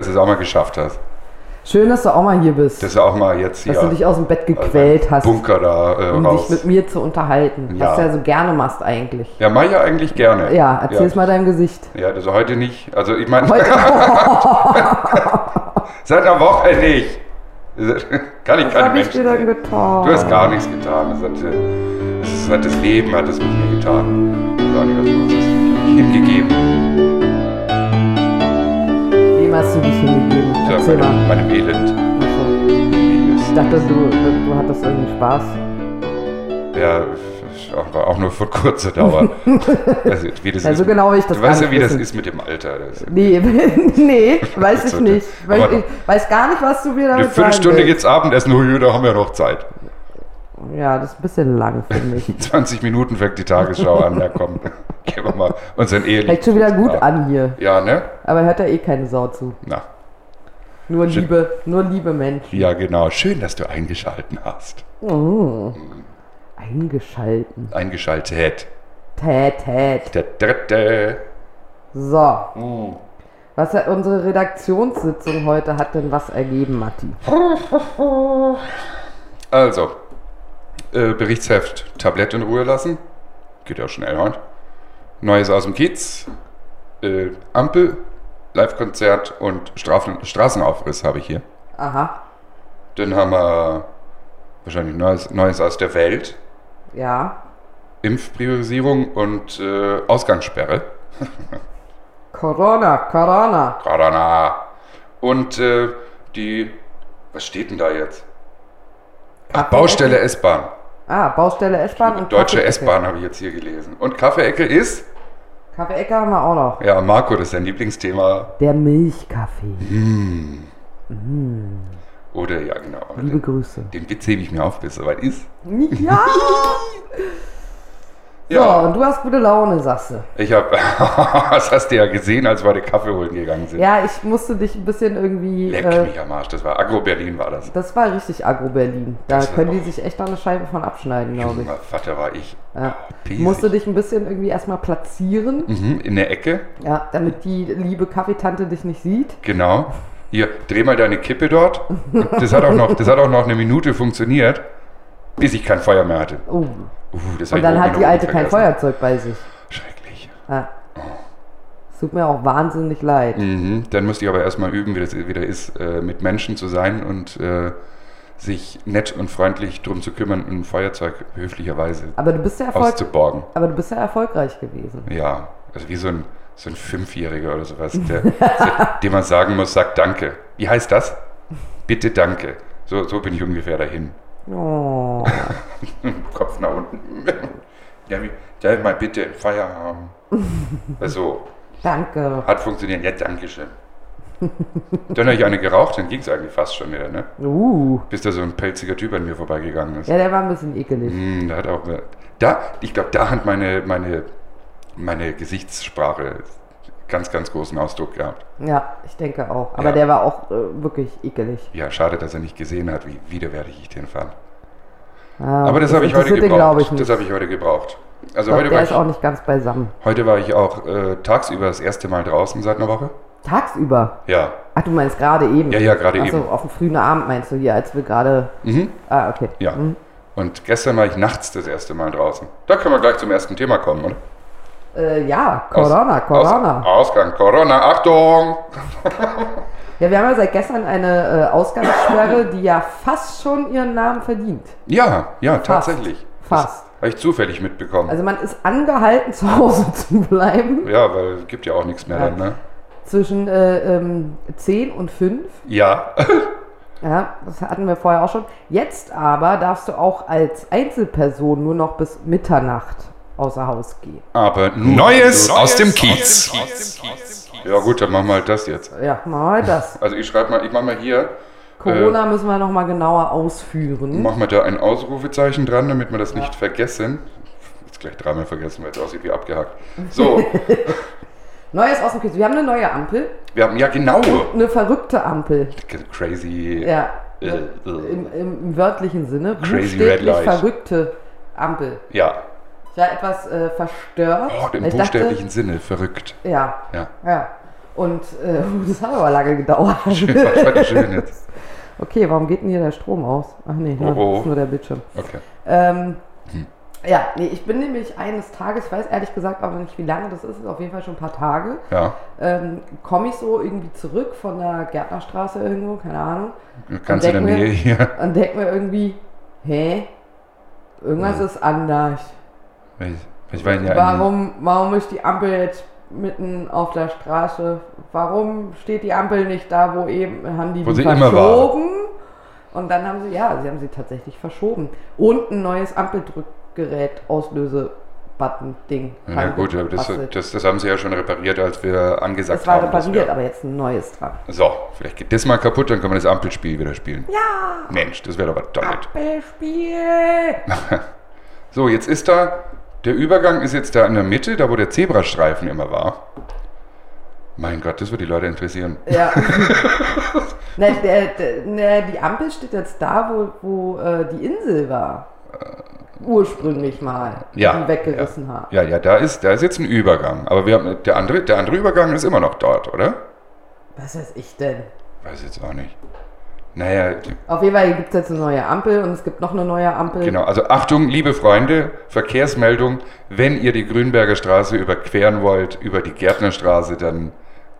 du es auch mal geschafft hast. Schön, dass du auch mal hier bist. Dass du auch mal jetzt hier dass du dich aus dem Bett gequält aus hast, dem Bunker da äh, um dich Also raus. mit mir zu unterhalten. Ja. Was du ja so gerne machst eigentlich. ja, mach ich ja eigentlich gerne. Ja, erzähl's mal deinem Gesicht. Ja, also heute nicht. Also ich meine, Heute, seit einer Woche nicht. Kann ich keine was hab ich Menschen. dir denn sehen. getan? Du hast gar nichts getan. Das hat, äh, das ist- hat das Leben hat es mit mir getan. Ich sage, was los ist. Ich hab mich hingegeben. Wem hast du dich hingegeben? Ich Erzähl sag, meinem, mal. meinem Elend. Achso. Ich dachte, du, du hattest irgendwie Spaß. Ja, war auch nur für kurze Dauer. also, wie das Ja, so genau will ich das Du gar weißt ja, nicht wie das wissen. ist mit dem Alter. Das ist Nee, nee, weiß ich nicht. Weiß, Aber- ich weiß gar nicht, was du mir damit Eine Viertelstunde geht's Abendessen, hui, da haben wir noch Zeit. willst. Ja, das ist ein bisschen lang, finde ich. 20 Minuten fängt die Tagesschau an, ja komm, gehen wir mal unseren Ehelicht. Fängt schon wieder gut an hier. Ja, ne? Aber hört da eh keine Sau zu. Na, Nur Schön. Liebe, nur liebe Menschen. ja genau, schön, dass du eingeschalten hast. Oh. Eingeschalten. Eingeschaltet. Tät, tät. Der dritte. So, Hm. was hat unsere Redaktionssitzung heute hat denn was ergeben, Matti? Oh. Also, äh, Berichtsheft, Tablett in Ruhe lassen. Geht ja schnell heute. Neues aus dem Kiez. Äh, Ampel, Livekonzert und Strafen, Straßenaufriss habe ich hier. Aha, Dann haben wir wahrscheinlich Neues, Neues aus der Welt. ja, Impfpriorisierung und äh, Ausgangssperre. Corona, Corona. Corona. Und äh, die. Was steht denn da jetzt? Ach, Baustelle S-Bahn. Ah, Baustelle S-Bahn und Deutsche Kaffee-Ecke. S-Bahn habe ich jetzt hier gelesen. Und Kaffee-Ecke ist? Kaffee-Ecke haben wir auch noch. Ja, Marco, das ist dein Lieblingsthema. Der Milchkaffee. Oder ja, genau. Liebe Den, Grüße. den Witz hebe ich mir auf, bis es soweit ist. Ja! So, Ja, und du hast gute Laune, sagst du. ich habe. das hast du ja gesehen, als wir den Kaffee holen gegangen sind. Ja, ich musste dich ein bisschen irgendwie. Leck äh, mich am Arsch. Das war Agro-Berlin, war das. Das war richtig Agro-Berlin. Da Das war können die auch- sich echt noch eine Scheibe von abschneiden, glaube ich. Junger Vater war ich. Ja. Riesig. Musste dich ein bisschen irgendwie erstmal platzieren, Mhm, in der Ecke. ja, damit die liebe Kaffeetante dich nicht sieht. Genau. Hier, dreh mal deine Kippe dort. Das hat auch noch, das hat auch noch eine Minute funktioniert, bis ich kein Feuer mehr hatte. Oh. Uh, das hab Und ich dann auch hat die noch Alte kein vergessen. Feuerzeug bei sich. Schrecklich. Ja. Es tut mir auch wahnsinnig leid. Mhm. Dann musste ich aber erstmal üben, wie das wieder ist, äh, mit Menschen zu sein und äh, sich nett und freundlich drum zu kümmern und ein Feuerzeug höflicherweise Aber du bist ja erfolg auszuborgen. aber du bist ja erfolgreich gewesen. Ja, also wie so ein, so ein Fünfjähriger oder sowas, der, der, dem man sagen muss, sag Danke. Wie heißt das? Bitte Danke. So, so bin ich ungefähr dahin. Oh. Kopf nach unten. Ja, wie, ja mal bitte, Feierabend. Also, Danke. hat funktioniert. Ja, danke schön. Dann habe ich eine geraucht, dann ging es eigentlich fast schon wieder, ne? Uh. Bis da so ein pelziger Typ an mir vorbeigegangen ist. Ja, der war ein bisschen ekelig. Hm, da hat auch. Da, ich glaube, da hat meine, meine, meine Gesichtssprache ganz, ganz großen Ausdruck gehabt. Ja, ich denke auch. Aber Ja. der war auch äh, wirklich ekelig. Ja, schade, dass er nicht gesehen hat, wie widerwärtig ich den fand. Ja, Aber das habe ich heute interessiert den, glaub gebraucht. Ich nicht. das habe ich heute gebraucht. Also Doch, heute, der war ist auch ich, nicht ganz beisammen. heute war ich auch äh, tagsüber das erste Mal draußen seit einer Woche. Tagsüber. Ja. Ach, du meinst gerade eben. Ja, ja, gerade Ach so, eben. auf dem frühen Abend meinst du hier, als wir gerade. Mhm. Ah, okay. Ja. Mhm. Und gestern war ich nachts das erste Mal draußen. Da können wir gleich zum ersten Thema kommen, oder? Äh, ja, Corona, Aus- Corona. Aus, Ausgang, Corona, Achtung! Ja, wir haben ja seit gestern eine äh, Ausgangssperre, die ja fast schon ihren Namen verdient. Ja, ja, tatsächlich. Fast. Das habe ich zufällig mitbekommen. Also man ist angehalten, zu Hause zu bleiben. ja, weil es gibt ja auch nichts mehr Ja. dann, ne? Zwischen äh, ähm, 10 und 5. Ja. Ja, das hatten wir vorher auch schon. Jetzt aber darfst du auch als Einzelperson nur noch bis Mitternacht außer Haus gehen. Aber nur Neues aus dem Kiez. Ja gut, dann machen wir halt das jetzt. Ja, mal das. Also ich schreibe mal, ich mache mal hier, Corona müssen wir nochmal genauer ausführen. machen wir da ein Ausrufezeichen dran, damit wir das nicht vergessen. Jetzt gleich dreimal vergessen, weil es aussieht wie abgehackt. So, Neues aus dem Kiez. Wir haben eine neue Ampel. wir haben, ja genau, Eine verrückte Ampel. crazy Ja. Äh, äh. Im, im, Im wörtlichen Sinne. Crazy buchstäblich Red Light. verrückte Ampel. Ja, Ich war etwas äh, verstört. oh, im Ich dachte- buchstäblichen Sinne verrückt. Ja, Ja. ja. Und äh, das hat aber lange gedauert. Was war die Schönheit? Okay, warum geht denn hier der Strom aus? Ach nee, ne, Oh, Hm. oh. das ist nur der Bildschirm. Okay. Ähm, Ja, nee, ich bin nämlich eines Tages, ich weiß ehrlich gesagt aber nicht, wie lange das ist, ist auf jeden Fall schon ein paar Tage, Ja, ähm, komme ich so irgendwie zurück von der Gärtnerstraße irgendwo, keine Ahnung, ganz in der Denken wir- Nähe hier. und denke mir irgendwie, hä? Hm. Irgendwas ist anders. Ich, ich war in ja in- Warum, warum ist die Ampel jetzt mitten auf der Straße? Warum steht die Ampel nicht da, wo eben haben die, Wo die sie immer war. Und dann haben sie, ja, sie haben sie tatsächlich verschoben. Und ein neues Ampeldrückgerät, Auslöse. Button-Ding. Ja haben gut, sie das, gebastelt. das, das haben sie ja schon repariert, als wir angesagt Es war haben. dass repariert, wir- aber jetzt ein neues dran. So, vielleicht geht das mal kaputt, dann können wir das Ampelspiel wieder spielen. Ja! Mensch, das wäre doch was Tolles. Appelspiel! So, jetzt ist da, der Übergang ist jetzt da in der Mitte, da wo der Zebrastreifen immer war. Mein Gott, das wird die Leute interessieren. Ja. ne, der, der, ne, die Ampel steht jetzt da, wo, wo äh, die Insel war. Ursprünglich mal. Ja. Die weggerissen haben. Ja, ja, da ist, da ist jetzt ein Übergang. Aber wir haben, der, andere, der andere Übergang ist immer noch dort, oder? Was weiß ich denn? Weiß jetzt auch nicht. Naja, Auf jeden Fall gibt es jetzt eine neue Ampel und es gibt noch eine neue Ampel. Genau, also Achtung, liebe Freunde, Verkehrsmeldung, wenn ihr die Grünberger Straße überqueren wollt, über die Gärtnerstraße, dann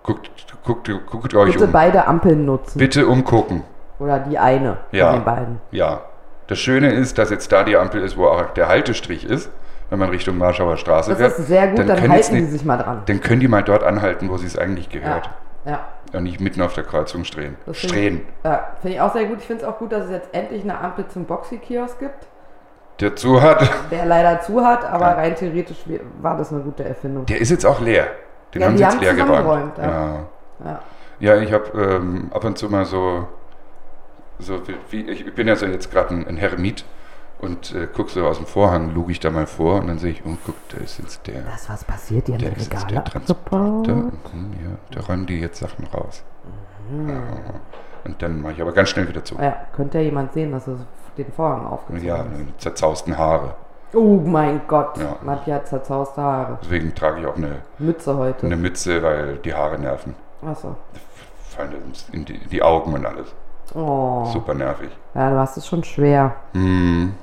guckt, guckt, guckt euch Bitte um. beide Ampeln nutzen. Bitte umgucken. Oder die eine Ja. von den beiden. Ja. Das Schöne ist, dass jetzt da die Ampel ist, wo auch der Haltestrich ist, wenn man Richtung Warschauer Straße Das fährt. ist sehr gut, dann, können jetzt halten die nicht- sich mal dran. Dann können die mal dort anhalten, wo sie es eigentlich Ja. gehört. ja. Und nicht mitten auf der Kreuzung strehen. Das finde Strehen. Ja, finde ich auch sehr gut. Ich finde es auch gut, dass es jetzt endlich eine Ampel zum Boxy-Kiosk gibt. Der Zuhat, der leider zu hat, aber Ja. rein theoretisch wir- war das eine gute Erfindung. der ist jetzt auch leer. Den Ja, haben die sie jetzt haben leer geräumt. zusammengeräumt, ja. ja. Ja. Ja, ich habe ähm, ab und zu mal so, so wie- wie, ich bin ja so jetzt gerade ein, ein Hermit und äh, guck so aus dem Vorhang, luge ich da mal vor und dann sehe ich, oh, guck, da ist jetzt der, Das, was passiert, die haben der die ist jetzt Regale der Transporter. abgebaut. Mhm, ja, da räumen die jetzt Sachen raus. Mhm. Ja. Und dann mache ich aber ganz schnell wieder zu. Ja, könnte ja jemand sehen, dass es den Vorhang aufgezogen Ja, ist. meine zerzausten Haare. Oh mein Gott, Ja. Matti hat zerzauste Haare. Deswegen trage ich auch eine, Mütze heute. eine Mütze, weil die Haare nerven. Achso. Fallen uns in die, in die Augen und alles. Oh. Super nervig. Ja, du hast es schon schwer. Hm.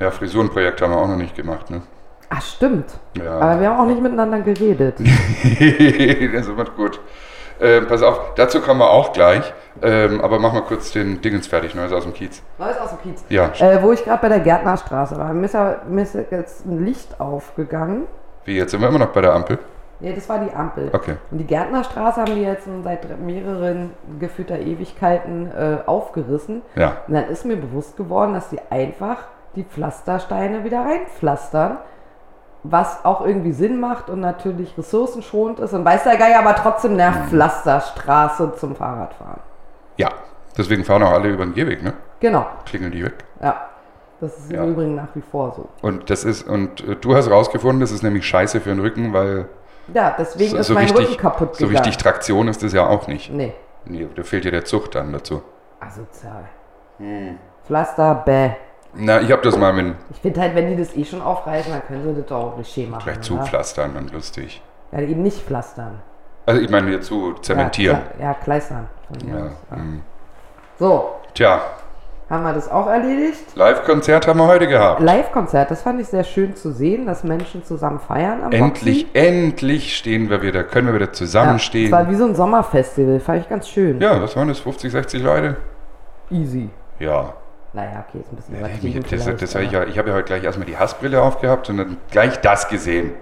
Ja, Frisurenprojekt haben wir auch noch nicht gemacht, ne? Ach, stimmt. Ja. Aber wir haben auch nicht miteinander geredet. das ist immer gut. Ähm, pass auf, dazu kommen wir auch gleich. Ähm, aber mach mal kurz den Dingens fertig, Neues aus dem Kiez. Neues aus dem Kiez. Ja, Äh, wo ich gerade bei der Gärtnerstraße war, mir ist, ja, mir ist jetzt ein Licht aufgegangen. wie jetzt sind wir immer noch bei der Ampel. Nee, das war die Ampel. Okay. Und die Gärtnerstraße haben die jetzt nun seit mehreren gefühlter Ewigkeiten äh, aufgerissen. Ja. Und dann ist mir bewusst geworden, dass sie einfach die Pflastersteine wieder reinpflastern. Was auch irgendwie Sinn macht und natürlich ressourcenschonend ist. Und weiß der Geier aber trotzdem Mhm. nervt Pflasterstraße zum Fahrradfahren. Ja. Deswegen fahren auch alle über den Gehweg, ne? Genau, Klingeln die weg. ja. Das ist Ja. im Übrigen nach wie vor so. Und das ist, und äh, du hast rausgefunden, das ist nämlich scheiße für den Rücken, weil Ja, deswegen so, ist so mein richtig, Rücken kaputt so gegangen. richtig Traktion ist das ja auch nicht. nee, Nee, da fehlt ja der Zucht dann dazu. asozial. Hm. Pflaster, bäh. Na, ich habe das mal mit Ich finde halt, wenn die das eh schon aufreißen, dann können sie das doch auch nicht schön machen. gleich oder? zupflastern und lustig. Ja, eben nicht pflastern. Also ich meine hier zu zementieren. Ja, ja, ja kleistern. Von mir Ja, aus, ja. hm. So, Tja, haben wir das auch erledigt. Live-Konzert haben wir heute gehabt. Live-Konzert, das fand ich sehr schön zu sehen, dass Menschen zusammen feiern am Endlich, endlich stehen wir wieder, können wir wieder Boxen. Ja, zusammenstehen. es Ja, war wie so ein Sommerfestival, fand ich ganz schön. was waren das, 50, 60 Leute? Easy. Ja, Naja, okay, ist ein bisschen ich, übertrieben. das, das hab ich, vielleicht, ja, ich habe ja heute gleich erstmal die Hassbrille aufgehabt und dann gleich das gesehen.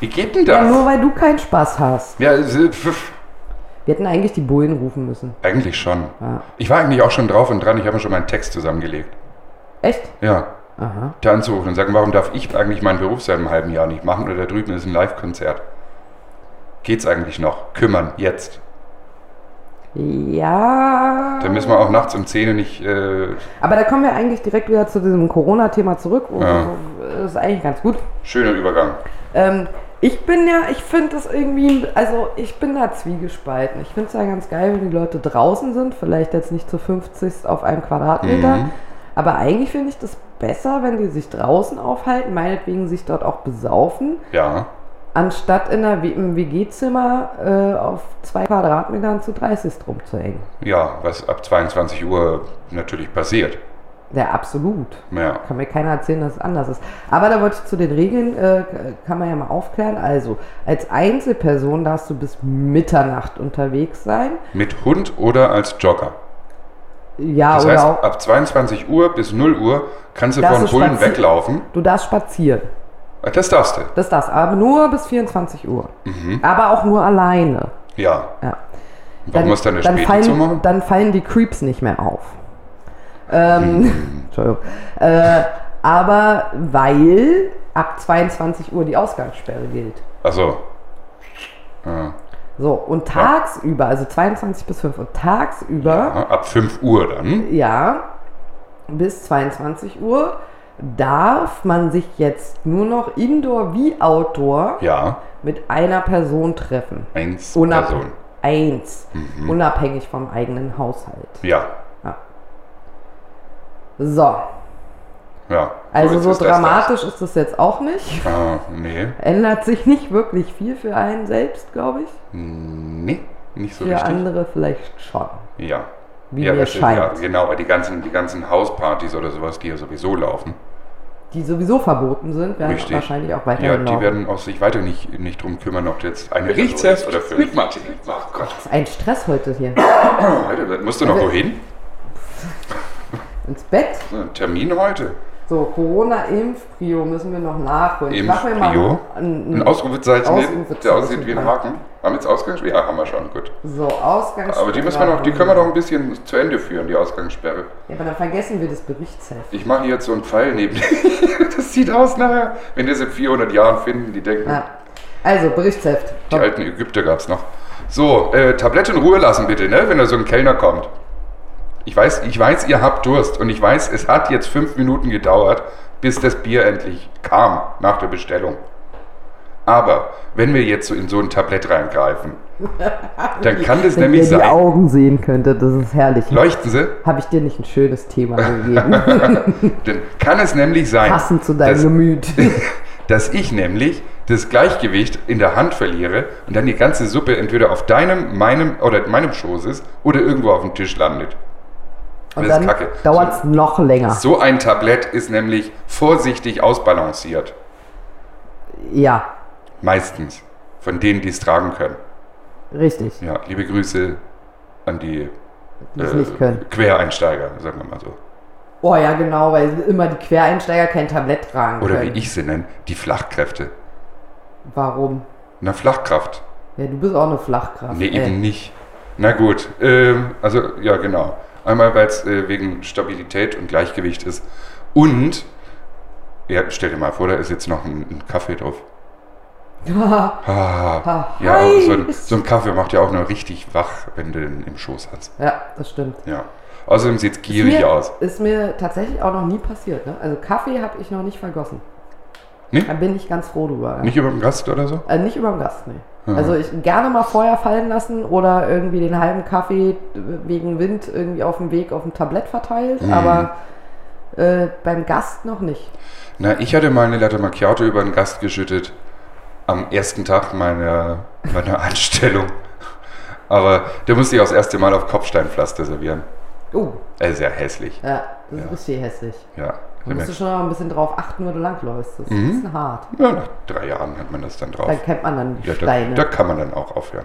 Wie geht denn aber- ja, nur das? weil du keinen Spaß hast. Ja, es ist- pf, Wir hätten eigentlich die Bullen rufen müssen. eigentlich schon. Ja. Ich war eigentlich auch schon drauf und dran, ich habe mir schon meinen Text zusammengelegt. Echt? Ja, Aha. da anzurufen und sagen, warum darf ich eigentlich meinen Beruf seit einem halben Jahr nicht machen oder da drüben ist ein Live-Konzert. Geht's eigentlich noch? Kümmern, jetzt. Ja. Da müssen wir auch nachts um 10 Uhr nicht. Äh, Aber da kommen wir eigentlich direkt wieder zu diesem Corona-Thema zurück. Wo, Ja. wo- Das ist eigentlich ganz gut. schöner Übergang. Ähm, ich bin ja, ich finde das irgendwie, also ich bin da zwiegespalten. Ich finde es ja ganz geil, wenn die Leute draußen sind, vielleicht jetzt nicht zu 50 auf einem Quadratmeter, Mhm. aber eigentlich finde ich das besser, wenn die sich draußen aufhalten, meinetwegen sich dort auch besaufen, Ja. anstatt in der, im WG-Zimmer äh, auf zwei Quadratmetern zu 30 drum zu hängen. Ja, was ab 22 Uhr natürlich passiert. Ja, absolut. Ja. Kann mir keiner erzählen, dass es anders ist. Aber da wollte ich zu den Regeln, äh, kann man ja mal aufklären. Also, als Einzelperson darfst du bis Mitternacht unterwegs sein. Mit Hund oder als Jogger. Ja, Das Ah, oder heißt, auch, ab 22 Uhr bis 0 Uhr kannst du Das von ist Bullen spazieren. weglaufen. du darfst spazieren. Ah, Das darfst du. Das darfst aber nur bis 24 Uhr. Mhm. Aber auch nur alleine. Ja. Ja. Warum hast du eine dann Späte fallen, zu machen? Dann fallen die Creeps nicht mehr auf. Ähm, Mhm. Entschuldigung. Äh, aber weil ab 22 Uhr die Ausgangssperre gilt. Also, äh, So, und tagsüber, also 22 bis 5 und tagsüber, ab 5 Uhr dann. ja. bis 22 Uhr darf man sich jetzt nur noch Indoor wie Outdoor Ja, mit einer Person treffen. eins Unab Person. Mhm. Eins. Unabhängig vom eigenen Haushalt. Ja, So, ja. also jetzt so, ist das dramatisch ist das jetzt auch nicht. das. Ah, nee, Ändert sich nicht wirklich viel für einen selbst, glaube ich. nee, nicht so Für richtig. andere vielleicht schon. Ja. Wie ja, mir das ist- scheint. ja, genau, aber die ganzen, die ganzen Hauspartys oder sowas, die ja sowieso laufen, Die sowieso verboten sind, werden Richtig. wahrscheinlich auch ja, weiterhin die laufen. werden auch sich weiter nicht, nicht drum kümmern, ob du jetzt eine Riechzeft Riechzeft oder fünf mit Mathe. Ach Gott, ist ein Stress heute hier. Alter, musst du noch Also- wohin? Ins Bett. So, ein Termin heute. So, Corona-Impfprio müssen wir noch nachholen. Ich mach mir mal Impfprio? Ein, Ein ein, Ausrufezeichen, Ausrufezeichen. der aussieht wie ein Haken. Haben wir jetzt Ausgangssperre? Ja, haben wir schon, gut. so, Ausgangssperre. Aber die, müssen wir noch, die können wir noch ein bisschen zu Ende führen, die Ausgangssperre. Ja, aber dann vergessen wir das Berichtsheft. Ich mache hier jetzt so einen Pfeil neben Das sieht aus nachher, wenn das in 400 Jahren finden, die denken, Ah. Also, Berichtsheft. die Komm. alten Ägypter gab es noch. So, äh, Tablette in Ruhe lassen bitte, ne, wenn da so ein Kellner kommt. Ich weiß, ich weiß, ihr habt Durst und ich weiß, es hat jetzt fünf Minuten gedauert, bis das Bier endlich kam nach der Bestellung. Aber wenn wir jetzt so in so ein Tablett reingreifen, dann kann das Wenn ihr nämlich die sein. Augen sehen könntet, das ist herrlich. Leuchten Sie? Habe ich dir nicht ein schönes Thema gegeben? Dann kann es nämlich sein, Passend zu deinem dass Gemüt. dass ich nämlich das Gleichgewicht in der Hand verliere und dann die ganze Suppe entweder auf deinem, meinem oder meinem Schoß ist oder irgendwo auf dem Tisch landet. Und das ist dann kacke. dauert es noch länger. So ein Tablett ist nämlich vorsichtig ausbalanciert. Ja, Meistens. Von denen, die es tragen können. richtig. Ja, liebe Grüße an die Die Äh. es nicht können. Quereinsteiger, sagen wir mal so. Oh ja, genau, weil immer die Quereinsteiger kein Tablett tragen Oder können. wie ich sie nenne, die Flachkräfte. Warum? Na, Flachkraft. Ja, du bist auch eine Flachkraft. Nee, ey. eben nicht. Na gut, ähm, also ja, genau. Einmal, weil es äh, wegen Stabilität und Gleichgewicht ist. Und, ja, stell dir mal vor, da ist jetzt noch ein, ein Kaffee drauf. Ah, ja, hi. so ein, so ein Kaffee macht ja auch nur richtig wach, wenn du den im Schoß hast. Ja, das stimmt. Ja. Außerdem sieht es gierig mir, aus. Ist mir tatsächlich auch noch nie passiert. Ne? Also Kaffee habe ich noch nicht vergossen. Nee? Da bin ich ganz froh drüber. Ja. Nicht über dem Gast oder so? Äh, nicht über dem Gast, nee. Also ich gerne mal Feuer fallen lassen oder irgendwie den halben Kaffee äh, wegen Wind irgendwie auf dem Weg auf dem Tablett verteilt, Mhm. aber äh, beim Gast noch nicht. Na, ich hatte mal eine Latte Macchiato über den Gast geschüttet. Am ersten Tag meiner, meiner Anstellung. Aber da musste ich auch das erste Mal auf Kopfsteinpflaster servieren. Oh, Äh, sehr hässlich. ja, das Ja. ist richtig hässlich. Ja. Mhm. Da musst du schon mal ein bisschen drauf achten, wo du langläufst. Das ist ein bisschen hart. ja, nach drei Jahren hat man das dann drauf. Da kennt man dann die ja, da, Halt Steine. da kann man dann auch aufhören.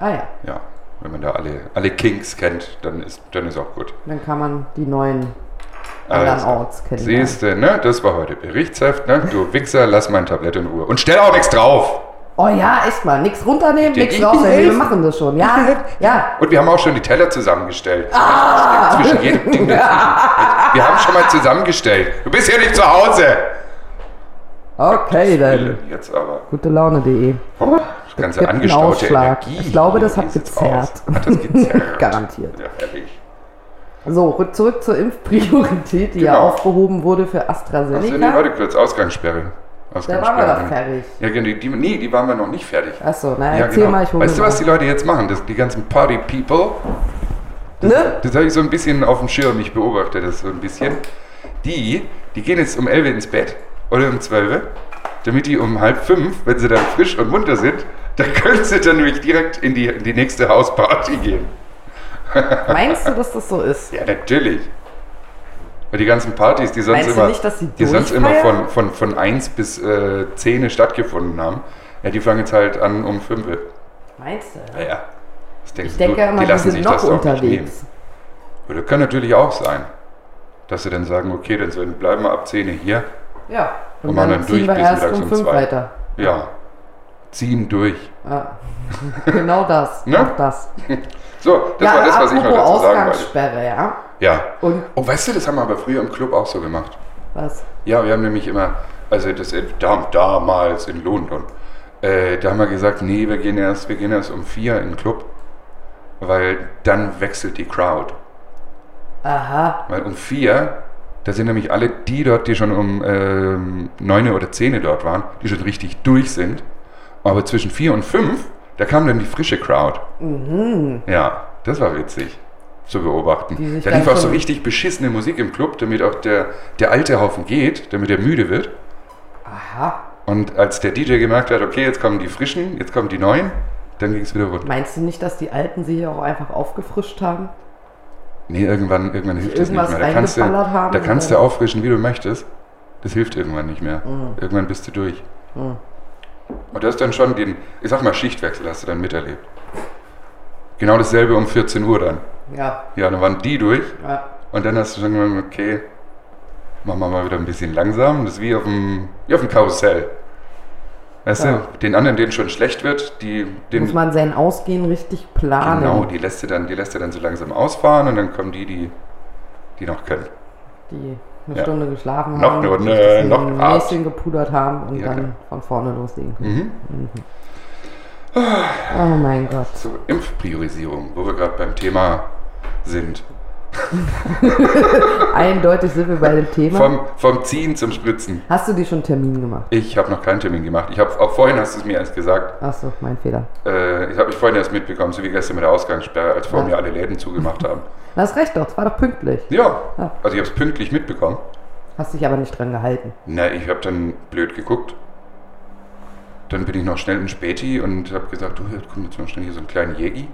ah ja, Ja. Wenn man da alle, alle Kings kennt, dann ist, dann ist auch gut. dann kann man die neuen anderen Orts kennenlernen. Siehst du, ne? Das war heute Berichtsheft, ne? Du Wichser, lass mein Tablett in Ruhe. Und stell auch nichts drauf! Oh ja, echt mal. Nix runternehmen, Dir nix geht's rausnehmen. Wir helfen. machen das schon. Ja, ja. Und wir haben auch schon die Teller zusammengestellt. Ah! Zwischen jedem Ding dazwischen. Wir haben schon mal zusammengestellt. Du bist hier nicht zu Hause! Okay, dann. Jetzt aber. Oh, Gute Laune.de. Das ganze Ähm, gibt einen angestaute Ausschlag. Energie. Ich glaube, das Wie hat sieht's aus? gezerrt. Hat das gezerrt? Garantiert. Ja, herrlich. So, rück- zurück zur Impfpriorität, die ja Genau. aufgehoben wurde für Also, nee, AstraZeneca. warte kurz, Ausgangssperre. Da waren wir doch fertig. Ja, genau, die, die, nee, die waren wir noch nicht fertig. Achso, na ja, genau. erzähl mal, ich hole Weißt du, mir was die Leute jetzt machen? Das, die ganzen Party-People, mal. ne? das habe ich so ein bisschen auf dem Schirm, ich beobachte das so ein bisschen. Die, die gehen jetzt um 11 Uhr ins Bett oder um 12 Uhr damit die um halb fünf, wenn sie dann frisch und munter sind, dann können sie dann nämlich direkt in die, in die nächste Hausparty gehen. Meinst du, dass das so ist? Ja, natürlich. Weil die ganzen Partys, die sonst Meinst du immer, nicht, dass sie die sonst immer durchfeiern? von, von, von 1 bis äh, 10 stattgefunden haben, ja, die fangen jetzt halt an um 5. Meinst du? Naja. Was denkst Ich denke immer, die, sind noch doch nicht nehmen. unterwegs. Oder kann natürlich auch sein, dass sie dann sagen, okay, dann sollen, bleiben wir ab 10 hier. Ja. Und, Und machen dann, dann ziehen durch wir bis erst mittags um um fünf zwei. weiter. Ja, ziehen durch. Ja. genau das. Ne? Auch das. So, das war das, was ich noch dazu sagen apropos wollte. Ausgangssperre, ja. Ja. Und Oh, weißt du, das haben wir aber früher im Club auch so gemacht. was? Ja, wir haben nämlich immer, also das äh, dam- damals in London, äh, da haben wir gesagt, nee, wir gehen erst, wir gehen erst um vier in den Club, weil dann wechselt die Crowd. Aha. Weil um vier, da sind nämlich alle die dort, die schon um ähm, neun oder zehn dort waren, die schon richtig durch sind. Aber zwischen vier und fünf, da kam dann die frische Crowd. Mhm. Ja, das war witzig zu beobachten. Die sich Da dann lief auch so schon- richtig beschissene Musik im Club, damit auch der, der alte Haufen geht, damit er müde wird. Aha. Und als der DJ gemerkt hat, okay, jetzt kommen die Frischen, jetzt kommen die Neuen, dann ging es wieder runter. Meinst du nicht, dass die Alten sie hier auch einfach aufgefrischt haben? Nee, irgendwann, irgendwann hilft das nicht irgendwas mehr. Da kannst, du, reingeballert haben da und kannst dann- du auffrischen, wie du möchtest. Das hilft irgendwann nicht mehr. Hm, Irgendwann bist du durch. Und das ist dann schon den, ich sag mal, Schichtwechsel hast du dann miterlebt. Genau dasselbe um 14 Uhr dann. Ja. Ja, dann waren die durch ja. Und dann hast du schon gemerkt, okay, machen wir mal wieder ein bisschen langsam. Das ist wie auf dem, wie auf dem Karussell. Weißt Ja. du, den anderen, denen schon schlecht wird, die, den, Muss man sein Ausgehen richtig planen. genau, die lässt du dann, die lässt du dann so langsam ausfahren und dann kommen die, die, die noch können. die eine Ja. Stunde geschlafen Noch haben, eine Runde, sich noch ein eine Art. Näschen gepudert haben und Ja, dann genau. von vorne loslegen können. Mhm. Oh mein Gott. Zur Impfpriorisierung, wo wir gerade beim Thema sind. Eindeutig sind wir bei dem Thema. Vom, vom Ziehen zum Spritzen. Hast du dir schon einen Termin gemacht? Ich habe noch keinen Termin gemacht. Ich habe auch vorhin hast du es mir erst gesagt. Achso, mein Fehler. Äh, ich habe mich vorhin erst mitbekommen, so wie gestern mit der Ausgangssperre, als vor Ja. mir alle Läden zugemacht haben. Du hast recht doch, es war doch pünktlich. Ja, Ja. also ich habe es pünktlich mitbekommen. Hast dich aber nicht dran gehalten. Na, ich habe dann blöd geguckt. Dann bin ich noch schnell in Späti und habe gesagt, du, jetzt kommt jetzt mal schnell hier so einen kleinen Jägi.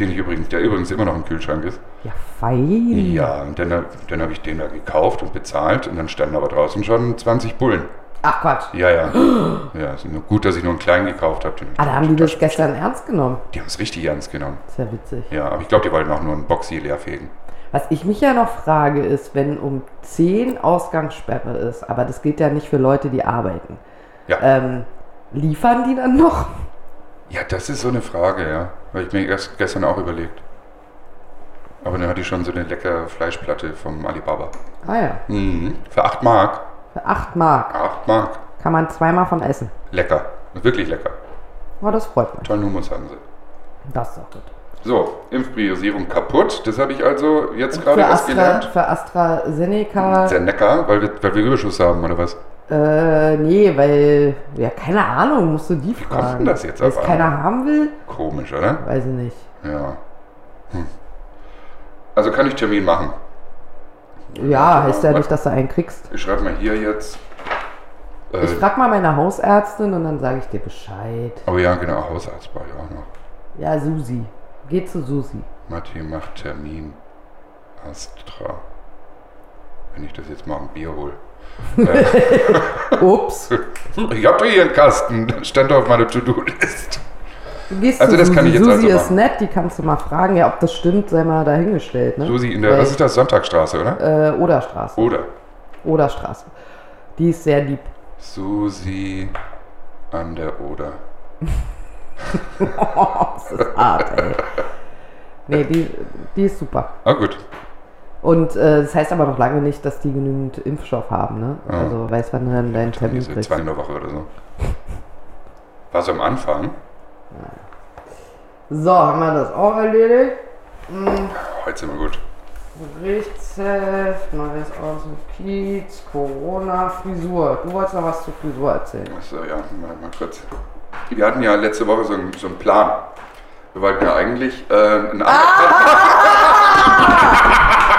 Den ich übrigens, der übrigens immer noch im Kühlschrank ist. Ja, fein. Ja, und dann, hab- dann habe ich den da gekauft und bezahlt und dann standen aber draußen schon 20 Bullen. Ach Quatsch. Ja, ja. ja, ist nur gut, dass ich nur einen kleinen gekauft habe. Ah, da haben die das gestern ernst genommen. Die haben es richtig ernst genommen. Das ist ja witzig. Ja, aber ich glaube, die wollten auch nur einen Boxy leerfegen. Was ich mich ja noch frage, ist, wenn um 10 Ausgangssperre ist, aber das gilt ja nicht für Leute, die arbeiten, Ja. ähm, liefern die dann noch? Ja, das ist so eine Frage, ja. Habe ich mir erst gestern auch überlegt. Aber dann hatte ich schon so eine leckere Fleischplatte vom Alibaba. Ah ja, Mhm. Für 8 Mark. für 8 Mark 8 Mark. kann man zweimal von essen. Lecker. Wirklich lecker. Oh, das freut mich. Tollen Humus haben sie. Das ist doch gut. So, Impfpriorisierung kaputt. Das habe ich also jetzt gerade Für, erst Astra, gelernt. für AstraZeneca, Sehr lecker, weil wir, weil wir Überschuss haben, oder was? äh, nee, weil, ja, keine Ahnung, musst du die fragen. kommt denn das jetzt Wenn auf es keiner haben will, Komisch, oder? weiß ich nicht. Ja. Hm. Also kann ich Termin machen. Ja, heißt ja was- nicht, dass du einen kriegst. Ich schreibe mal hier jetzt. Ich Äh, frag mal meine Hausärztin und dann sage ich dir Bescheid. aber ja, genau, Hausarzt war ja auch noch. Ja, Susi. Geh zu Susi. Matti macht Termin. Astra. Wenn ich das jetzt mal ein Bier hole. Ups. Ich hab doch hier einen Kasten. Das stand auf meiner To-Do-List. Du gehst Also zu das Susi. kann ich jetzt Susi also ist machen. nett, die kannst du mal fragen. Ja, ob das stimmt, sei mal dahingestellt. Ne? Susi in der, Weil, was ist das? Sonntagstraße, oder? Äh, Oderstraße. Oder Oderstraße. Die ist sehr lieb. Susi an der Oder. Oh, das ist hart, ey. Nee, die, die ist super. Ah, gut. Und äh, das heißt aber noch lange nicht, dass die genügend Impfstoff haben, ne? Ja. Also weiß wann du dann deinen Termin Diese kriegst. zwei in der Woche oder so. War so am Anfang. So, haben wir das auch erledigt. Hm, Heute sind wir gut. Gerichtsheft, neues aus dem Kiez, Corona, Frisur. Du wolltest noch was zur Frisur erzählen. Achso, ja, mal, mal kurz. Wir hatten ja letzte Woche so, einen- so einen Plan. ähm, Ah, Wir wollten ja eigentlich äh, einen anderen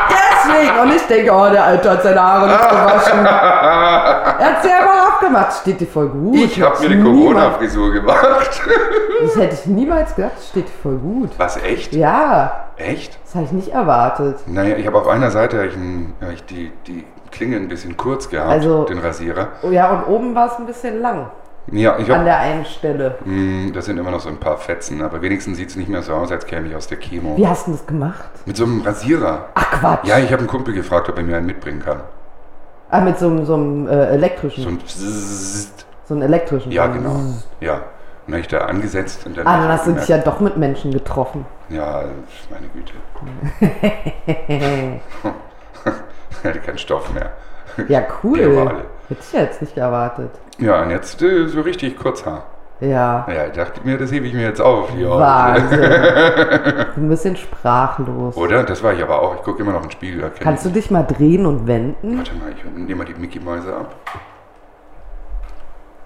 Deswegen nicht. Und ich denke, oh, der Alte hat seine Haare nicht gewaschen. Er hat sie aber abgemacht. Steht dir voll gut. Ich habe mir eine Niemals- Corona-Frisur gemacht. Das hätte ich niemals gedacht. Das steht dir voll gut. Was, echt? Ja, Echt? das habe ich nicht erwartet. Naja, ich habe auf einer Seite hab ich ein, hab ich die, die Klinge ein bisschen kurz gehabt, Also- den Rasierer. Oh ja, und oben war es ein bisschen lang. Ja, ich An habe... der einen Stelle. Das sind immer noch so ein paar Fetzen, aber wenigstens sieht es nicht mehr so aus, als käme ich aus der Chemo. Wie hast du das gemacht? Mit so einem Rasierer. Ach Quatsch. Ja, ich habe einen Kumpel gefragt, ob er mir einen mitbringen kann. Ah, mit so einem, so einem äh, elektrischen. So So, ein Zzzzt. einem elektrischen. Ja, genau. Ja. Und dann hab ich da angesetzt und dann. Hm. Ah, dann hast du dich ja. ja doch mit Menschen getroffen. Ja, meine Güte. Er hatte keinen Stoff mehr. Ja, cool. Die haben alle. Hätte ich ja jetzt nicht erwartet. Ja, und jetzt äh, so richtig Kurzhaar. Ja. Ja, ich dachte mir, das hebe ich mir jetzt auf. Ja. Wahnsinn. Ein bisschen sprachlos. Oder? Das war ich aber auch. Ich gucke immer noch in den Spiegel. da kenn Kannst du dich mal drehen und wenden? Warte mal, ich nehme mal die Mickey-Mäuse ab.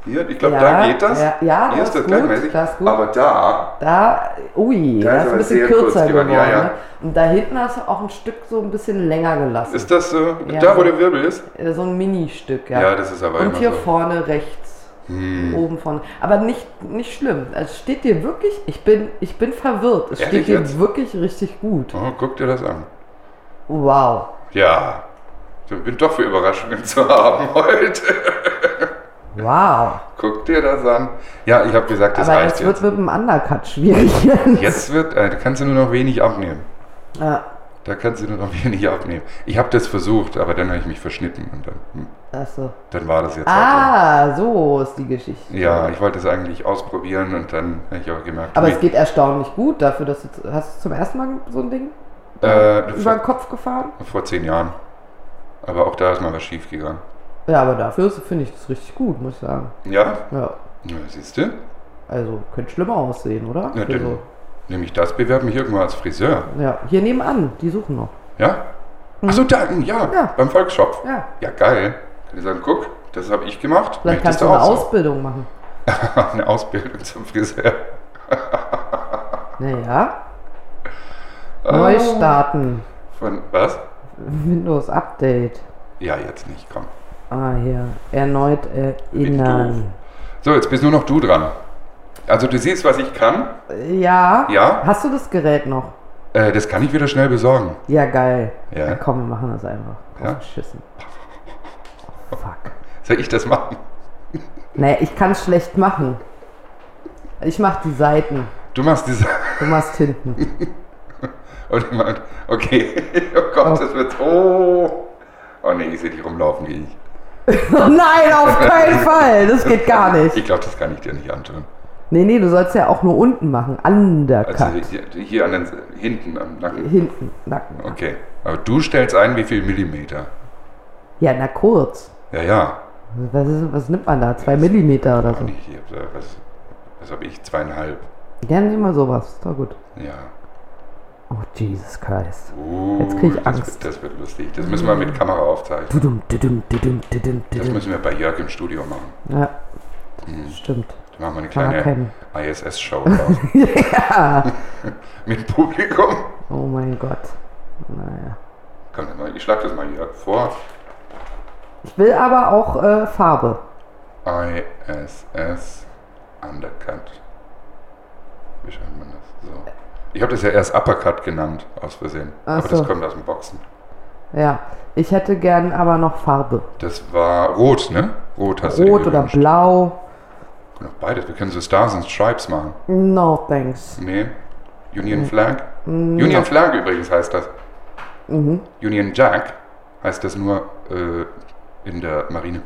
Hier, ich glaube, da geht das. Ja, ja Hier das, ist ist das gut, gleichmäßig. das ist gut. Aber da, da, ui, Da da ist ist aber ein bisschen sehr kurz kürzer geworden, geworden. ja, ja. ne? Und da hinten hast du auch ein Stück so ein bisschen länger gelassen. ist das so? Ja. Da, wo der Wirbel ist? Äh, so ein Ministück, ja. Ja, das ist aber Und immer hier so. Hm. vorne rechts. Oben vorne. Aber nicht, nicht schlimm. Es steht dir wirklich, ich bin, ich bin verwirrt. Es Ehrlich steht dir jetzt? wirklich richtig gut. Oh, guck dir das an. Wow. Ja, ich bin doch für Überraschungen zu haben heute. Wow. Guck dir das an. Ja, ich habe gesagt, das Aber reicht das wird jetzt. mit dem Undercut schwierig. Jetzt wird, äh, da kannst du nur noch wenig abnehmen. Ja, Da kannst du nur noch wenig abnehmen. Ich habe das versucht, aber dann habe ich mich verschnitten und dann, hm, achso. dann war das jetzt. halt Ah, so ist die Geschichte. so. Ja, ich wollte es eigentlich ausprobieren und dann habe ich aber gemerkt, Aber nee, es geht erstaunlich gut dafür, dass du. Hast du zum ersten Mal so ein Ding äh, über den vor, Kopf gefahren? vor zehn Jahren. Aber auch da ist mal was schief gegangen. Ja, aber dafür ist- finde ich das richtig gut, muss ich sagen. Ja, Ja. ja siehst du? Also, könnte schlimmer aussehen, oder? Also, Ja, Für dann so- nehme ich das, bewerbe mich irgendwann als Friseur. ja, hier nebenan, die suchen noch. Ja? Ach so, da, hm, ja, Mhm. Ja. beim Volksshop. Ja. Ja, geil. Kann ich sagen, guck, das habe ich gemacht. Vielleicht Möchtest kannst du eine auch so? Ausbildung machen. eine Ausbildung zum Friseur. Naja. Äh. Neu starten. Von was? Windows Update. Ja, jetzt nicht, komm. Ah, hier. Erneut Bin erinnern. So, jetzt bist nur noch du dran. Also du siehst, was ich kann. Ja. Ja. Hast du das Gerät noch? Äh, das kann ich wieder schnell besorgen. Ja, geil. Ja. Na komm, wir machen das einfach. Ja. Aufgeschissen. Fuck. Soll ich das machen? Nee, ich kann es schlecht machen. Ich mach die Seiten. Du machst diese... Du machst hinten. Und man, okay. Oh Gott, das wird... Oh. Oh nee, ich sehe dich rumlaufen wie ich. Oh nein, auf keinen Fall. Das geht gar nicht. Ich glaube, das kann ich dir nicht antun. Nee, nee, du sollst ja auch nur unten machen. Also Undercut. hier, hier an den... Hinten am Nacken. Hinten, Nacken. Okay. Aber du stellst ein, wie viel Millimeter? Ja, na kurz. Ja, ja. Was, ist, was nimmt man da? Zwei Millimeter oder Auch so? nicht, ich hab, da- äh, was, was habe ich? Zweieinhalb. Ja, nehmen wir sowas. Ist doch gut. Ja. Oh, Jesus Christ. Uh, Jetzt krieg ich das, Angst. Wird, das wird lustig. Das müssen wir mit Kamera aufzeichnen. Dudum, dudum, dudum, dudum, Das Hm. dudum. müssen wir bei Jörg im Studio machen. Ja, stimmt. Da machen wir eine Kann man kleine ISS-Show draus. mit Publikum. Oh mein Gott. Naja. Komm, mal, ich schlag das mal Jörg vor. Ich will aber auch äh, Farbe. ISS Undercut. Wie schreibt man das? So. Ich habe das ja erst Uppercut genannt, aus Versehen. Ach Aber das so. kommt aus dem Boxen. Ja, ich hätte gern aber noch Farbe. Das war rot, ne? Rot hast du Rot dir oder gewünscht. blau. Noch beides. Wir können so Stars and Stripes machen. No thanks. Nee. Union Flag? Union Flag übrigens heißt das. Mhm. Union Jack heißt das nur äh, in der Marine.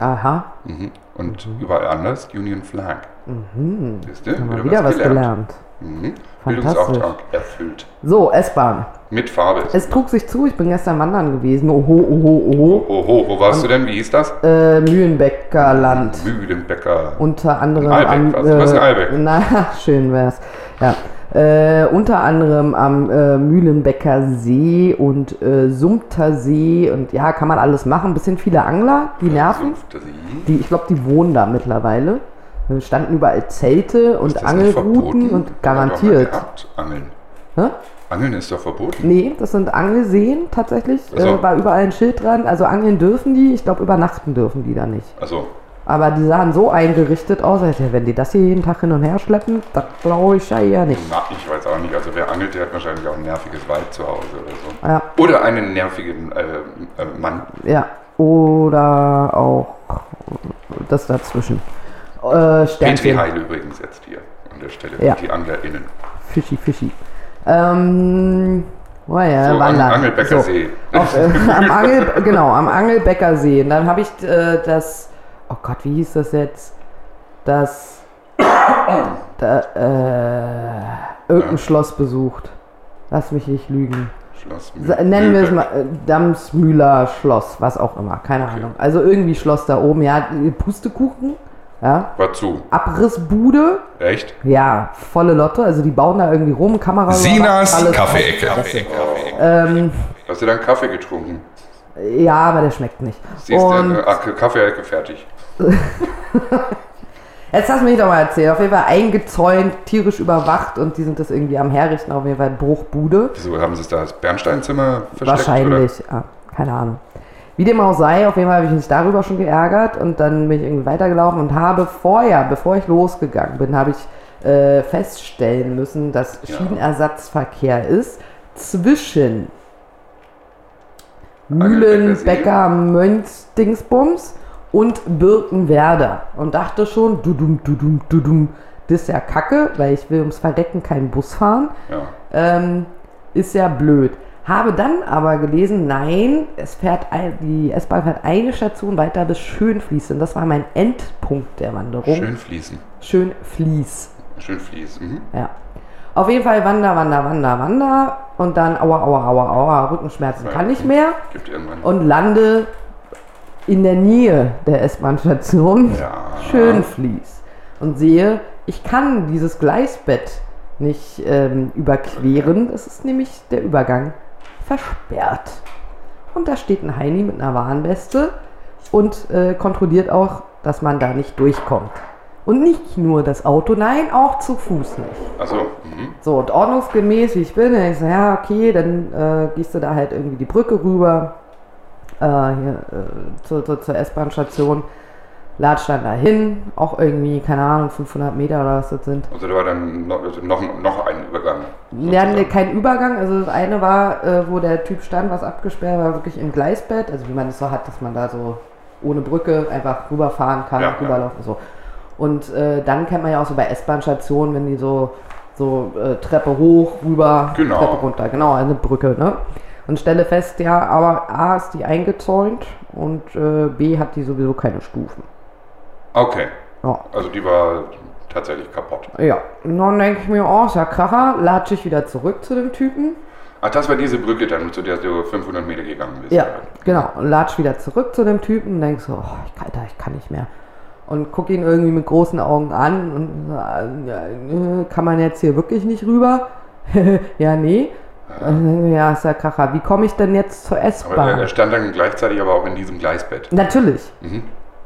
Aha, Mhm. Und überall anders Union Flag. Mhm. Siehst du? haben wir wieder was gelernt. Mhm. Fantastisch. Bildungsauftrag erfüllt. So, S-Bahn. Mit Farbe. Es trug sich zu, ich bin gestern wandern gewesen. Oho, oho, Oho, wo warst du denn? Wie hieß das? oho. Äh, Mühlenbecker Land. Mühlenbecker. Unter anderem Albeck am. äh, warst du. Was in Albeck? na, schön wär's. Ja. Äh, unter anderem am äh, Mühlenbecker See und äh, Sumpter See und ja, kann man alles machen. bisschen viele Angler, die nerven. Sumpfter See. Die, ich glaube, die wohnen da mittlerweile. Da standen überall Zelte und Ist das nicht Angelrouten verboten? und Hat man doch mal garantiert. gehabt, Angeln. Hä? Angeln ist doch verboten. Nee, das sind Angelseen tatsächlich. Ach so. Äh, war überall ein Schild dran. Also angeln dürfen die. Ich glaube, übernachten dürfen die da nicht. Also, Aber die sahen so eingerichtet aus, als ja, wenn die das hier jeden Tag hin und her schleppen, das glaube ich ja eher nicht. na, ich weiß auch nicht. Also, wer angelt, der hat wahrscheinlich auch ein nerviges Weib zu Hause oder so. Ja, Oder einen nervigen äh, äh, Mann. ja. Oder auch das dazwischen. Äh, Petri Sternchen. Heil übrigens jetzt hier an der Stelle. Ja. Äh, Die AnglerInnen. Fischi, fischi. Ähm, oh ja, So, wandern. am Angelbäckersee. Auf, äh, am Angel, genau, am Angelbäckersee. Und dann habe ich äh, das, oh Gott, wie hieß das jetzt? Das, da, äh, irgendein Ja. Schloss besucht. Lass mich nicht lügen. Schloss Sa- Nennen wir es Mühlberg. mal äh, Damsmühler Schloss, was auch immer, keine Ahnung. Also irgendwie Schloss da oben, ja, Pustekuchen, ja, War zu. Abrissbude, Echt? ja, volle Lotte, also die bauen da irgendwie rum, Kamera. Sinas alles- Kaffeeecke. Ähm, Hast du dann Kaffee getrunken? ja, aber der schmeckt nicht. Siehst du, Und- äh, ah, Kaffee fertig. Jetzt lass mich doch mal erzählen. Auf jeden Fall eingezäunt, tierisch überwacht und die sind das irgendwie am Herrichten, auf jeden Fall Bruchbude. Wieso haben sie es da als Bernsteinzimmer versteckt? Wahrscheinlich, ja, keine Ahnung. Wie dem auch sei, auf jeden Fall habe ich mich darüber schon geärgert und dann bin ich irgendwie weitergelaufen und habe vorher, bevor ich losgegangen bin, habe ich äh, feststellen müssen, dass Ja. Schienenersatzverkehr ist zwischen Angelbäckersee. Mühlenbecker Mönchdingsbums und Birkenwerder und dachte schon, dudum, dudum, dudum, das ist ja kacke, weil ich will ums Verrecken keinen Bus fahren Oder? Ja. ähm, ist ja blöd. Habe dann aber gelesen, nein, es fährt ein, die S-Bahn fährt eine Station weiter bis Schönfließ. Und das war mein Endpunkt der Wanderung. Schön fließen. Schönfließ. Schön fließen. Mhm. Ja. Auf jeden Fall wander, wander, wander, wander. Und dann aua, aua, aua, aua, Rückenschmerzen kann nicht mehr. Gibt irgendwann. Und lande in der Nähe der S-Bahn-Station ja. schön fließt und sehe, ich kann dieses Gleisbett nicht ähm, überqueren. Es ist nämlich der Übergang versperrt. Und da steht ein Heini mit einer Warnweste und äh, kontrolliert auch, dass man da nicht durchkommt. Und nicht nur das Auto, nein, auch zu Fuß nicht. Also, mhm. So, und ordnungsgemäß, wie ich bin, ich so, ja, okay, dann äh, gehst du da halt irgendwie die Brücke rüber äh, hier, äh, zur, zur, zur S-Bahn-Station, latscht dann da hin, auch irgendwie, keine Ahnung, 500 Meter oder was das sind. also da war dann noch, noch, noch ein Übergang. Wir hatten sozusagen. keinen Übergang, also das eine war, äh, wo der Typ stand, was abgesperrt war, wirklich im Gleisbett, also wie man es so hat, dass man da so ohne Brücke einfach rüberfahren kann, Ja, ja. rüberlaufen, so. Und äh, dann kennt man ja auch so bei S-Bahn-Stationen, wenn die so, so äh, Treppe hoch, rüber, Genau. Treppe runter, genau, also eine Brücke, ne? Und stelle fest, ja, aber A ist die eingezäunt und äh, B hat die sowieso keine Stufen. Okay. Ja. Also die war tatsächlich kaputt. Ja, und dann denke ich mir, oh, ist ja Kracher, latsche ich wieder zurück zu dem Typen. Ach, das war diese Brücke dann, zu der du 500 Meter gegangen bist. Ja, genau. Und latsch wieder zurück zu dem Typen und denk so, oh, ich, kann- Alter, ich kann nicht mehr. Und guck ihn irgendwie mit großen Augen an und so, ja, äh, kann man jetzt hier wirklich nicht rüber? ja, nee. Äh, Ja, ist ja Kracher. Wie komme ich denn jetzt zur Aber er- er S-Bahn? stand dann gleichzeitig aber auch in diesem Gleisbett. Natürlich. Mhm.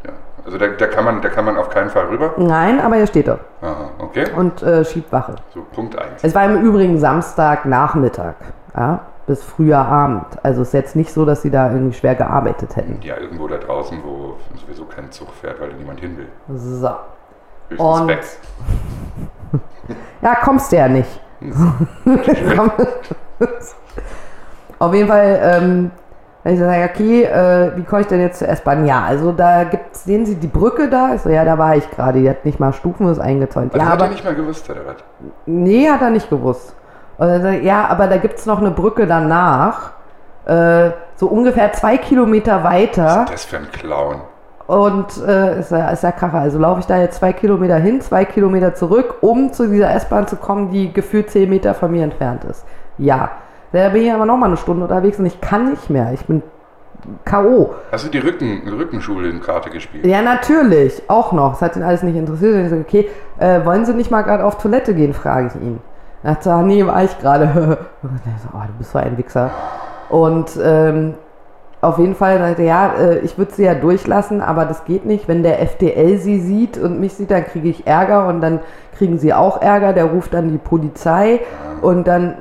Ja. Also da, da, kann man, da kann man auf keinen Fall rüber. Nein, aber hier steht er Aha, okay. und äh, schiebt Wache. So, Punkt 1. Es war im Übrigen Samstagnachmittag ja, bis früher Abend. Also ist jetzt nicht so, dass sie da irgendwie schwer gearbeitet hätten. Ja, irgendwo da draußen, wo sowieso kein Zug fährt, weil da niemand hin will. So. Höchstens Und- weg. Ja, kommst du ja nicht. Komm. Auf jeden Fall, ähm, wenn ich dann sage, okay, äh, wie komme ich denn jetzt zur S-Bahn? Ja, also da gibt's, sehen Sie die Brücke da? Ich so, ja, da war ich gerade, die hat nicht mal Stufen, ist eingezäunt. Also ja, hat er aber, nicht mal gewusst, oder was? nee, hat er nicht gewusst. Und dann sag ich, ja, aber da gibt's noch eine Brücke danach, äh, so ungefähr zwei Kilometer weiter. Das für ein Clown. Und äh, ist, ja, ist ja Kracher. Also laufe ich da jetzt zwei Kilometer hin, zwei Kilometer zurück, um zu dieser S-Bahn zu kommen, die gefühlt zehn Meter von mir entfernt ist. Ja. Da bin ich aber nochmal eine Stunde unterwegs und ich kann nicht mehr. Ich bin K.O. Hast du die Rücken, Rückenschule in Karte gespielt? Ja, natürlich, auch noch. Es hat ihn alles nicht interessiert. Und ich so, okay, äh, wollen Sie nicht mal gerade auf Toilette gehen, frage ich ihn. Er hat so, ah, nee, war ich gerade. Und er so, oh, du bist so ein Wichser. Und ähm, auf jeden Fall sagte, ja, äh, ich würde sie ja durchlassen, aber das geht nicht. Wenn der FDL sie sieht und mich sieht, dann kriege ich Ärger und dann kriegen sie auch Ärger. Der ruft dann die Polizei und dann,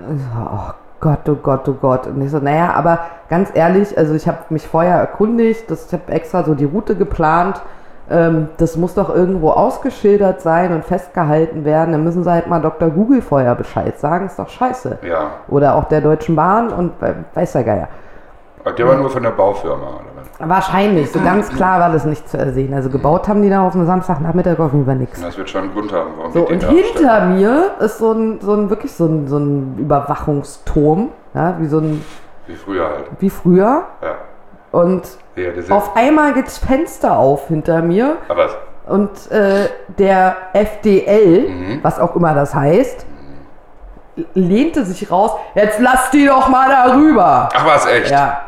oh Gott, oh Gott, oh Gott. Und ich so, naja, aber ganz ehrlich, also ich habe mich vorher erkundigt, das, ich habe extra so die Route geplant. Ähm, das muss doch irgendwo ausgeschildert sein und festgehalten werden. Dann müssen sie halt mal Dr. Google vorher Bescheid sagen. Ist doch scheiße. Ja. Oder auch der Deutschen Bahn und äh, weiß der Geier. Aber Der war nur von der Baufirma, oder was? Wahrscheinlich, so ganz klar war das nicht zu ersehen. Also gebaut haben die da auf dem Samstagnachmittag auf jeden Fall nichts. Das wird schon einen Grund haben, warum So, die und Dinge abstellen. hinter mir ist so ein, so ein wirklich so ein, so ein Überwachungsturm, ja, wie so ein, Wie früher halt. wie früher. Ja. Und Ja, das ist, auf einmal geht's Fenster auf hinter mir aber und äh, der FDL, was auch immer das heißt, lehnte sich raus, jetzt lass die doch mal darüber. Ach, äh, war es echt? Ja.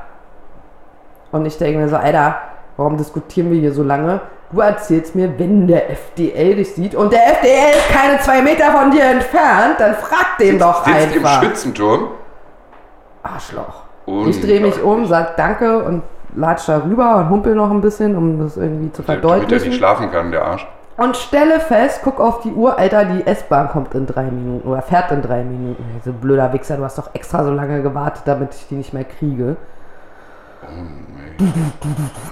Und ich denke mir so, Alter, warum diskutieren wir hier so lange? Du erzählst mir, wenn der FDL dich sieht und der FDL ist keine zwei Meter von dir entfernt, dann frag den doch Sitzt im einfach. Schützenturm. Arschloch. Und Ich drehe mich um, sag Danke und latsch da rüber und humpel noch ein bisschen, um das irgendwie zu Damit er nicht verdeutlichen. schlafen kann, der Arsch. Und stelle fest, guck auf die Uhr, Alter, die S-Bahn kommt in drei Minuten oder fährt in drei Minuten. So blöder Wichser, du hast doch extra so lange gewartet, damit ich die nicht mehr kriege.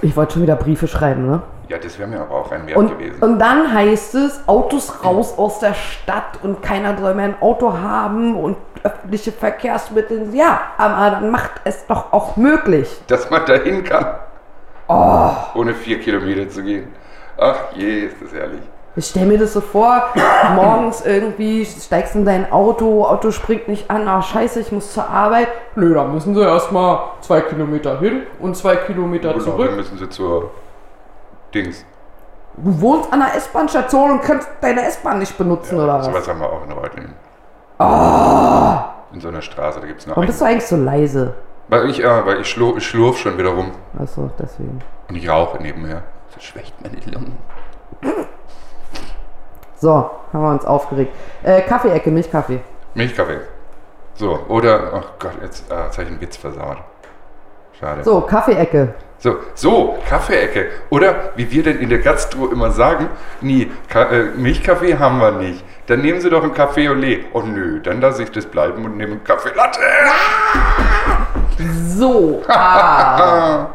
Ich wollte schon wieder Briefe schreiben, ne? Ja, das wäre mir aber auch ein Wert Und, gewesen. und dann heißt es, Autos raus aus der Stadt und keiner soll mehr ein Auto haben und öffentliche Verkehrsmittel. Ja, aber dann macht es doch auch möglich. dass man dahin kann. Oh. Ohne vier Kilometer zu gehen. Ach je, ist das herrlich. Ich stell mir das so vor, morgens irgendwie steigst in dein Auto, Auto springt nicht an, ach scheiße, ich muss zur Arbeit. Nö, da müssen sie erstmal zwei Kilometer hin und zwei Kilometer Genau, zurück. dann müssen sie zur Dings. Du wohnst an einer S-Bahn-Station und kannst deine S-Bahn nicht benutzen oder was? Sowas haben wir auch in Reutlingen. Oh. In so einer Straße, da gibt es noch Warum einen. bist du eigentlich so leise? Weil ich, äh, weil ich, schlu ich schlurf schon wieder rum Achso, deswegen. und ich rauche nebenher. Das schwächt meine Lungen. So, haben wir uns aufgeregt. Äh, Kaffee-Ecke, Milchkaffee. Milchkaffee. So, oder, ach Gott, jetzt, ah, jetzt habe ich einen Witz versaut. Schade. So, Kaffee-Ecke. So, so Kaffeeecke. Oder wie wir denn in der Gastro immer sagen, nee, Ka äh, Milchkaffee haben wir nicht. Dann nehmen Sie doch ein Kaffee au lait. Oh nö, dann lasse ich das bleiben und nehme einen Kaffee Latte. So, ah,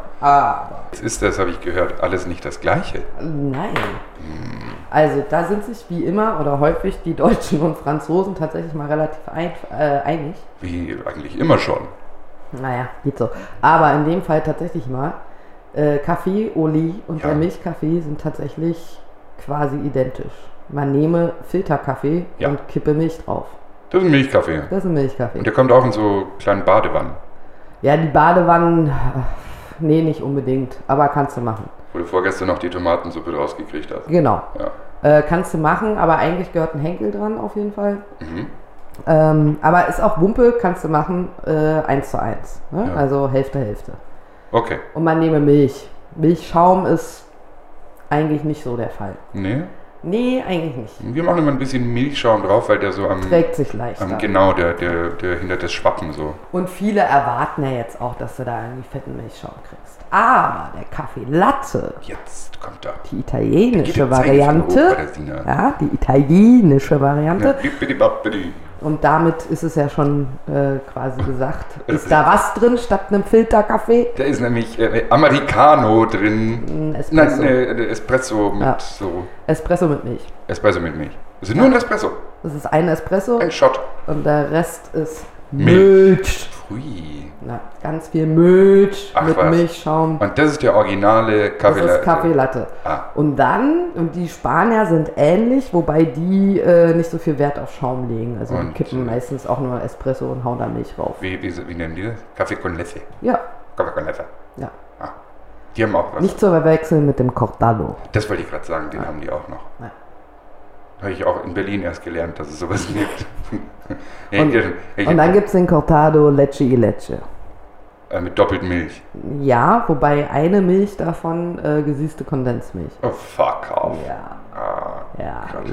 Das ist das, habe ich gehört, alles nicht das Gleiche. nein. Also, da sind sich wie immer oder häufig die Deutschen und Franzosen tatsächlich mal relativ ein, äh, einig. Wie eigentlich immer schon. Naja, geht so. Aber in dem Fall tatsächlich mal. Äh, Kaffee, Oli und Ja. der Milchkaffee sind tatsächlich quasi identisch. Man nehme Filterkaffee Ja. und kippe Milch drauf. Das ist ein Milchkaffee. Das ist ein Milchkaffee. Und der kommt auch in so kleinen Badewannen, Ja, die Badewannen, äh, nee, nicht unbedingt, aber kannst du machen. wo du vorgestern noch die Tomatensuppe draus gekriegt hast. Genau. Ja. Äh, kannst du machen, aber eigentlich gehört ein Henkel dran auf jeden Fall. Mhm. Ähm, aber ist auch Wumpe, kannst du machen, äh, eins zu eins. Ne? Ja. Also Hälfte, Hälfte. Okay. Und man nehme Milch. Milchschaum ist eigentlich nicht so der Fall. Nee, Nee, eigentlich nicht. wir machen immer ein bisschen Milchschaum drauf, weil der so am... Trägt sich leichter. am genau, der, der, der hindert das Schwappen so. Und viele erwarten ja jetzt auch, dass du da irgendwie fetten Milchschaum kriegst. Aber der Kaffee Latte, Jetzt kommt er. die Geht der italienische Zeigefinger hoch bei der Variante, Sina? ja, die italienische Variante, Bippidi-bappidi. Und damit ist es ja schon äh, quasi gesagt. Ist da was drin statt einem Filterkaffee? Da ist nämlich äh, Americano drin. Ein Espresso. Nein, äh, äh, Espresso mit Ja. so. Espresso mit Milch. Espresso mit Milch. Es ist nur ein Espresso. Das ist ein Espresso Ein Shot. und der Rest ist Milch. Milch. Hui. Na, ganz viel Milch Ach mit was. Milchschaum. Und das ist der originale Das Kaffee. ist Kaffee Latte. Ah. Und dann, und die Spanier sind ähnlich, wobei die äh, nicht so viel Wert auf Schaum legen. Also die Und- kippen meistens auch nur Espresso und hauen da Milch rauf. Wie, wie, wie nennen die das? Kaffee con leche. Ja, Kaffee con leche. ja. Ah. Die haben auch was. Nicht zu verwechseln mit dem Cortado. Das wollte ich gerade sagen, den haben die auch noch. Ja. Habe ich auch in Berlin erst gelernt, dass es sowas gibt. Und, und dann gibt es den Cortado Lecce y Lecce. äh, mit doppelten Milch. Ja, wobei eine Milch davon äh, gesießte Kondensmilch. Oh, fuck off. Ja, Ah. ja, Krass.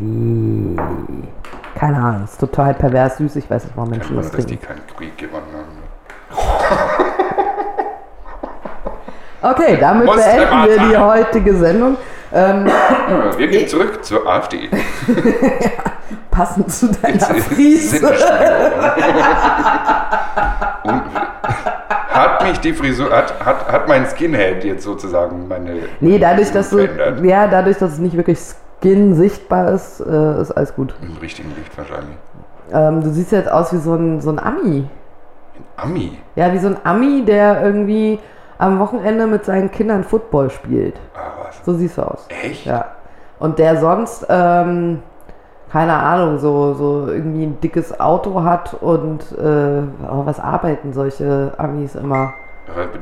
lovely. Keine Ahnung, ist total pervers süß. Ich weiß nicht, warum Menschen Nur, das dass die trinken. keinen Krieg gewonnen haben. Okay, damit Muss beenden wir Theater. die heutige Sendung. Ähm, Wir gehen zurück zur AfD. passend zu deiner Frise. Sinnesstörung. Und hat mich die Frisur, hat, hat, hat mein Skinhead jetzt sozusagen meine. Nee, dadurch, dass du, verändert? ja, dadurch, dass es nicht wirklich Skin sichtbar ist, äh, ist alles gut. Im richtigen Licht wahrscheinlich. Ähm, du siehst jetzt aus wie so ein, so ein Ami. Ami. Ja, wie so ein Ami, der irgendwie am Wochenende mit seinen Kindern Football spielt. Ah, was? So siehst du aus. Echt? Ja. Und der sonst, ähm, keine Ahnung, so, so irgendwie ein dickes Auto hat und äh, oh, was arbeiten solche Amis immer?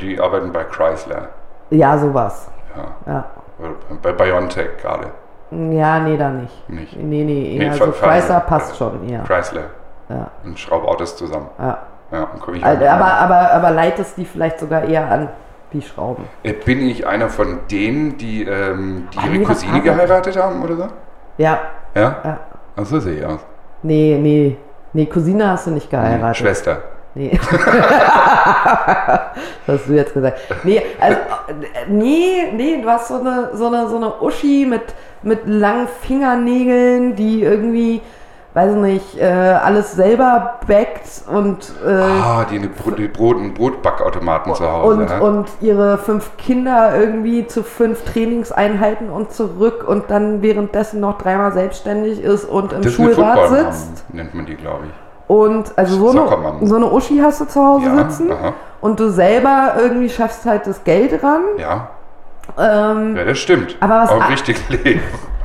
Die arbeiten bei Chrysler. Ja, sowas. Ja. Ja. Oder Bei BioNTech gerade. Ja, nee, da nicht. Nicht. Nee, nee, eher Nee, so ver- ver- Chrysler passt schon, ja. Chrysler. Ja. Und schraube Autos zusammen. ja. Ja, und komm ich Also, aber, aber, aber leitest die vielleicht sogar eher an, die Schrauben. Äh, Bin ich einer von denen, die, ähm, die Ah, nee, ihre was Cousine haben wir? geheiratet haben oder so? Ja, Ja? ja. Ach, so sehe ich aus. Nee, nee. Nee, Cousine hast du nicht geheiratet. Schwester. Nee. das hast du jetzt gesagt. Nee, also, äh, nee, nee, du hast so eine, so eine, so eine Uschi mit, mit langen Fingernägeln, die irgendwie, weiß ich nicht, äh, alles selber backt und, äh, Ah, die eine Bro die Brot einen Brotbackautomaten zu Hause. ne? und, ja? und ihre fünf Kinder irgendwie zu fünf Trainingseinheiten und zurück und dann währenddessen noch dreimal selbstständig ist und im das ist eine Schulrat Football-Mom, sitzt. nennt man die, glaube ich. Und also so eine, Soccermom. so eine Uschi hast du zu Hause Ja, sitzen. aha. Und du selber irgendwie schaffst halt das Geld ran. Ja, Ähm, ja das stimmt. Aber was Auch a- richtig leben.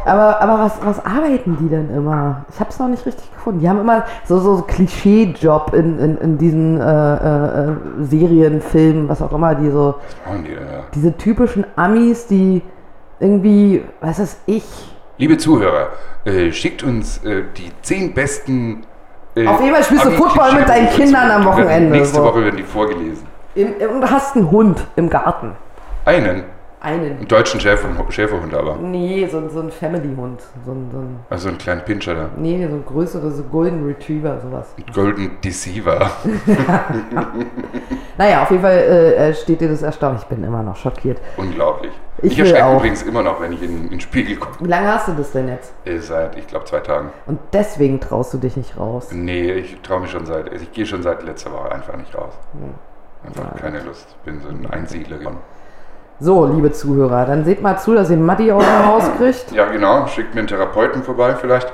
Aber, aber was, was arbeiten die denn immer? Ich hab's noch nicht richtig gefunden. Die haben immer so, so einen Klischee-Job in, in, in diesen äh, äh, äh, Serien, Filmen, was auch immer. Die so, Was machen die denn da? diese typischen Amis, die irgendwie, was weiß ich. Liebe Zuhörer, äh, schickt uns äh, die zehn besten. äh, Auf jeden Fall spielst du Ami- Football mit deinen Klischee- Kindern am Die werden- Wochenende, Nächste so. Woche werden die vorgelesen. Im, im, und hast einen Hund im Garten. Einen. Einen. Einen deutschen Schäfer, Schäferhund aber. Nee, so, ein- so ein Family-Hund. So ein, so ein, Also einen kleinen Pinscher da. nee, so ein größeres so Golden Retriever, sowas. Golden Deceiver. Naja, auf jeden Fall äh, äh, steht dir das erstaunlich. Ich bin immer noch schockiert. Unglaublich. Ich Ich, will erschrecke auch. übrigens immer noch, wenn ich in, in den Spiegel gucke. Wie lange hast du das denn jetzt? Äh, Seit, ich glaube, zwei Tagen. Und deswegen traust du dich nicht raus. Nee, ich traue mich schon seit, also ich gehe schon seit letzter Woche einfach nicht raus. Einfach keine Lust. Bin so ein Einsiedler geworden. So, liebe Zuhörer, dann seht mal zu, dass ihr Matti aus dem Haus kriegt. Ja, genau. Schickt mir einen Therapeuten vorbei vielleicht.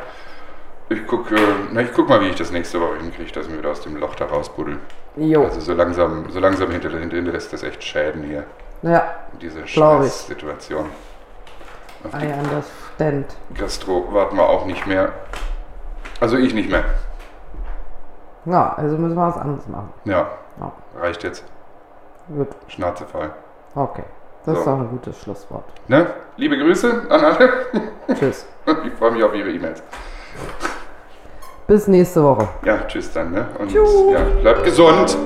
Ich gucke, na, ich guck mal, wie ich das nächste Woche hinkriege, dass wir wieder aus dem Loch da rausbuddeln. Jo. Also so langsam, so langsam hinter, hinter, hinterlässt das echt Schäden hier. Ja, Ah Diese Glaub ich. Scheiß-Situation. Auf I die understand. Gastro warten wir auch nicht mehr. Also ich nicht mehr. Ja, also müssen wir was anderes machen. Ja, Ja, reicht jetzt. gut. Schnauze voll. Okay. Das ist So. doch ein gutes Schlusswort. Ne? Liebe Grüße an alle. Tschüss. Ich freue mich auf Ihre E-Mails. Bis nächste Woche. Ja, tschüss dann. Ne? Und Tschüss. ja, bleibt gesund.